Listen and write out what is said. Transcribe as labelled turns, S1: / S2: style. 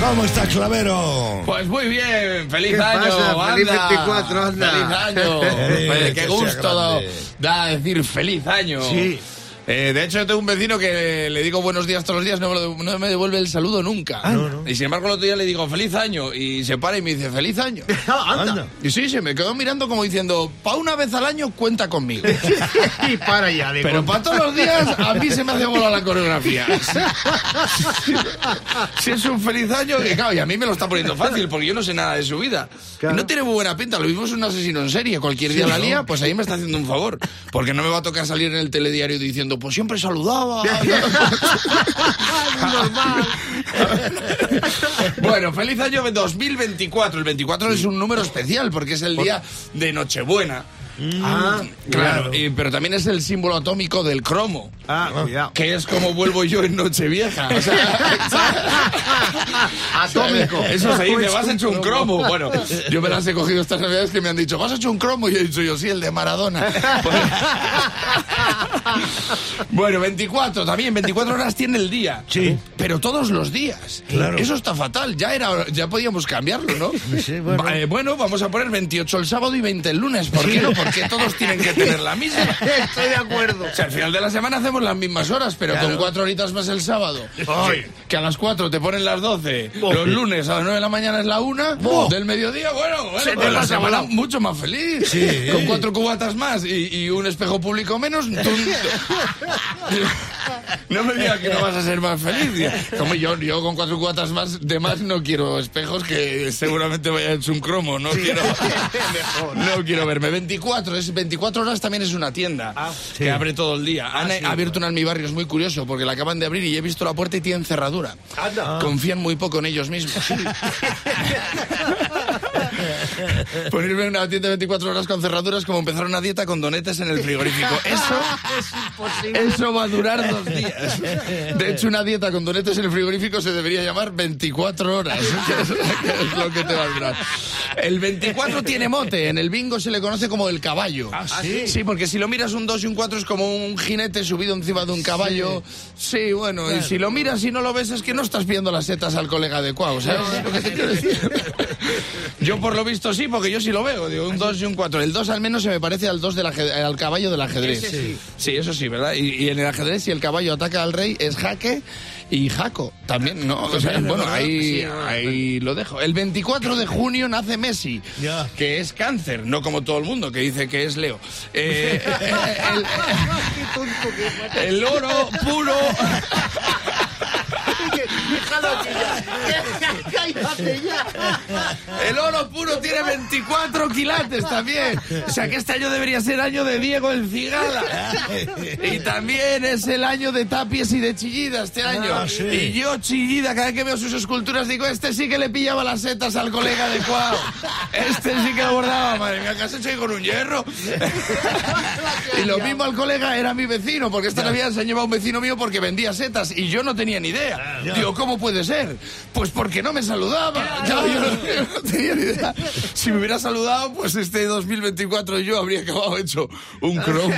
S1: ¿Cómo estás, Clavero?
S2: Pues muy bien, feliz
S3: ¿Qué
S2: año.
S3: pasa?
S2: anda.
S3: Feliz 24, anda.
S2: Feliz año.
S1: Eh,
S2: Oye,
S1: que
S2: Qué
S1: sea
S2: gusto
S1: grande.
S2: da decir feliz año.
S3: Sí.
S2: Eh, de hecho, yo tengo un vecino que le digo buenos días todos los días, no me, lo- no me devuelve el saludo nunca.
S3: Ah,
S2: Y sin embargo, el otro día le digo feliz año y se para y me dice feliz año.
S3: Ah, anda.
S2: Y sí, se me quedó mirando como diciendo, pa' una vez al año cuenta conmigo.
S3: y para ya de
S2: Pero
S3: contar.
S2: para todos los días a mí se me hace bola la coreografía. Si, es un feliz año, que claro, y a mí me lo está poniendo fácil porque yo no sé nada de su vida.
S3: Claro.
S2: Y no tiene muy buena pinta, lo mismo es un asesino en serie. Cualquier día la lía, pues ahí me está haciendo un favor. Porque no me va a tocar salir en el telediario diciendo, pues siempre saludaba.
S3: normal.
S2: bueno, feliz año 2024. El 24 es un número especial porque es el día de Nochebuena.
S3: Ah,
S2: Claro, y- pero también es el símbolo atómico del cromo.
S3: Ah, cuidado.
S2: que es como vuelvo yo en Nochevieja. O sea,
S3: Atómico.
S2: Eso se dice, vas hecho un cromo. Bueno, yo me las he cogido estas navidades que me han dicho, vas hecho un cromo. Y he dicho yo, sí, el de Maradona. bueno, 24 también, 24 horas tiene el día.
S1: Sí.
S2: Pero todos los días.
S1: Claro.
S2: Eso está fatal, ya, era, ya podíamos cambiarlo, ¿no?
S1: Sí, bueno.
S2: Va- eh, bueno, vamos a poner 28 el sábado y 20 el lunes. ¿Por qué no? Porque todos tienen que tener la misma.
S3: Estoy de acuerdo.
S2: O sea, al final de la semana hacemos las mismas horas, pero con cuatro horitas más el sábado.
S3: Ay.
S2: Que, que a las cuatro te ponen las doce.
S3: Oh.
S2: Los lunes a las nueve de la mañana es la una. Del mediodía, bueno, bueno
S3: Se te
S2: pues la
S3: pasa
S2: semana
S3: volado.
S2: mucho más feliz.
S1: Sí.
S2: Con cuatro cubatas más y, y un espejo público menos. tú- no me digas que no vas a ser más feliz. Como yo, yo con cuatro cubatas más de más no quiero espejos que seguramente vaya hecho un cromo. No quiero. No quiero verme. 24, es 24 horas también es una tienda que abre todo el día. Han eh, abierto una en mi barrio, es muy curioso porque la acaban de abrir y he visto la puerta y tienen cerradura.
S3: Anda.
S2: Confían muy poco en ellos mismos. Ponerme en una tienda 24 horas con cerraduras como empezar una dieta con donetes en el frigorífico. Eso,
S3: Es imposible.
S2: eso va a durar dos días. De hecho, una dieta con donetes en el frigorífico se debería llamar 24 horas, que es, que es lo que te va a durar. El 24 tiene mote, en el bingo se le conoce como el caballo.
S1: ¿Ah, sí?
S2: Sí, porque si lo miras un 2 y un 4 es como un jinete subido encima de un caballo. Sí, bueno, y si lo miras y no lo ves es que no estás viendo las setas al colega adecuado, ¿sabes? lo que te quiero decir? Yo por lo visto sí, porque yo sí lo veo, digo, un 2 y un 4. El 2 al menos se me parece al dos del aje- al caballo del ajedrez. Sí. eso sí, ¿verdad? Y, y en el ajedrez si el caballo ataca al rey es jaque y jaco también, ¿no? O sea, bueno, ahí, ahí lo dejo. El 24 de junio nace Messi,
S1: Ya.
S2: que es cáncer, no como todo el mundo que dice que es Leo. Eh, el-
S3: Qué tonto que es, macho.
S2: el oro puro...
S3: Que- Déjalo aquí ya. Cállate ya.
S2: El oro puro tiene 24 quilates también. O sea que este año debería ser año de Diego el Cigala. Y también es el año de tapies y de chillida este año.
S1: Ah, sí.
S2: Y yo chillida, cada vez que veo sus esculturas digo, este sí que le pillaba las setas al colega adecuado. Este sí que abordaba, madre mía, ¿qué has hecho ahí con un hierro? Y lo mismo al colega era mi vecino, porque esta Navidad se han llevado un vecino mío porque vendía setas y yo no tenía ni idea. Digo, ¿cómo puede ser? Pues porque no me saludaba. Claro, yo no, yo no tenía ni idea. Si me hubiera saludado, pues este 2024 yo habría acabado hecho un cromo.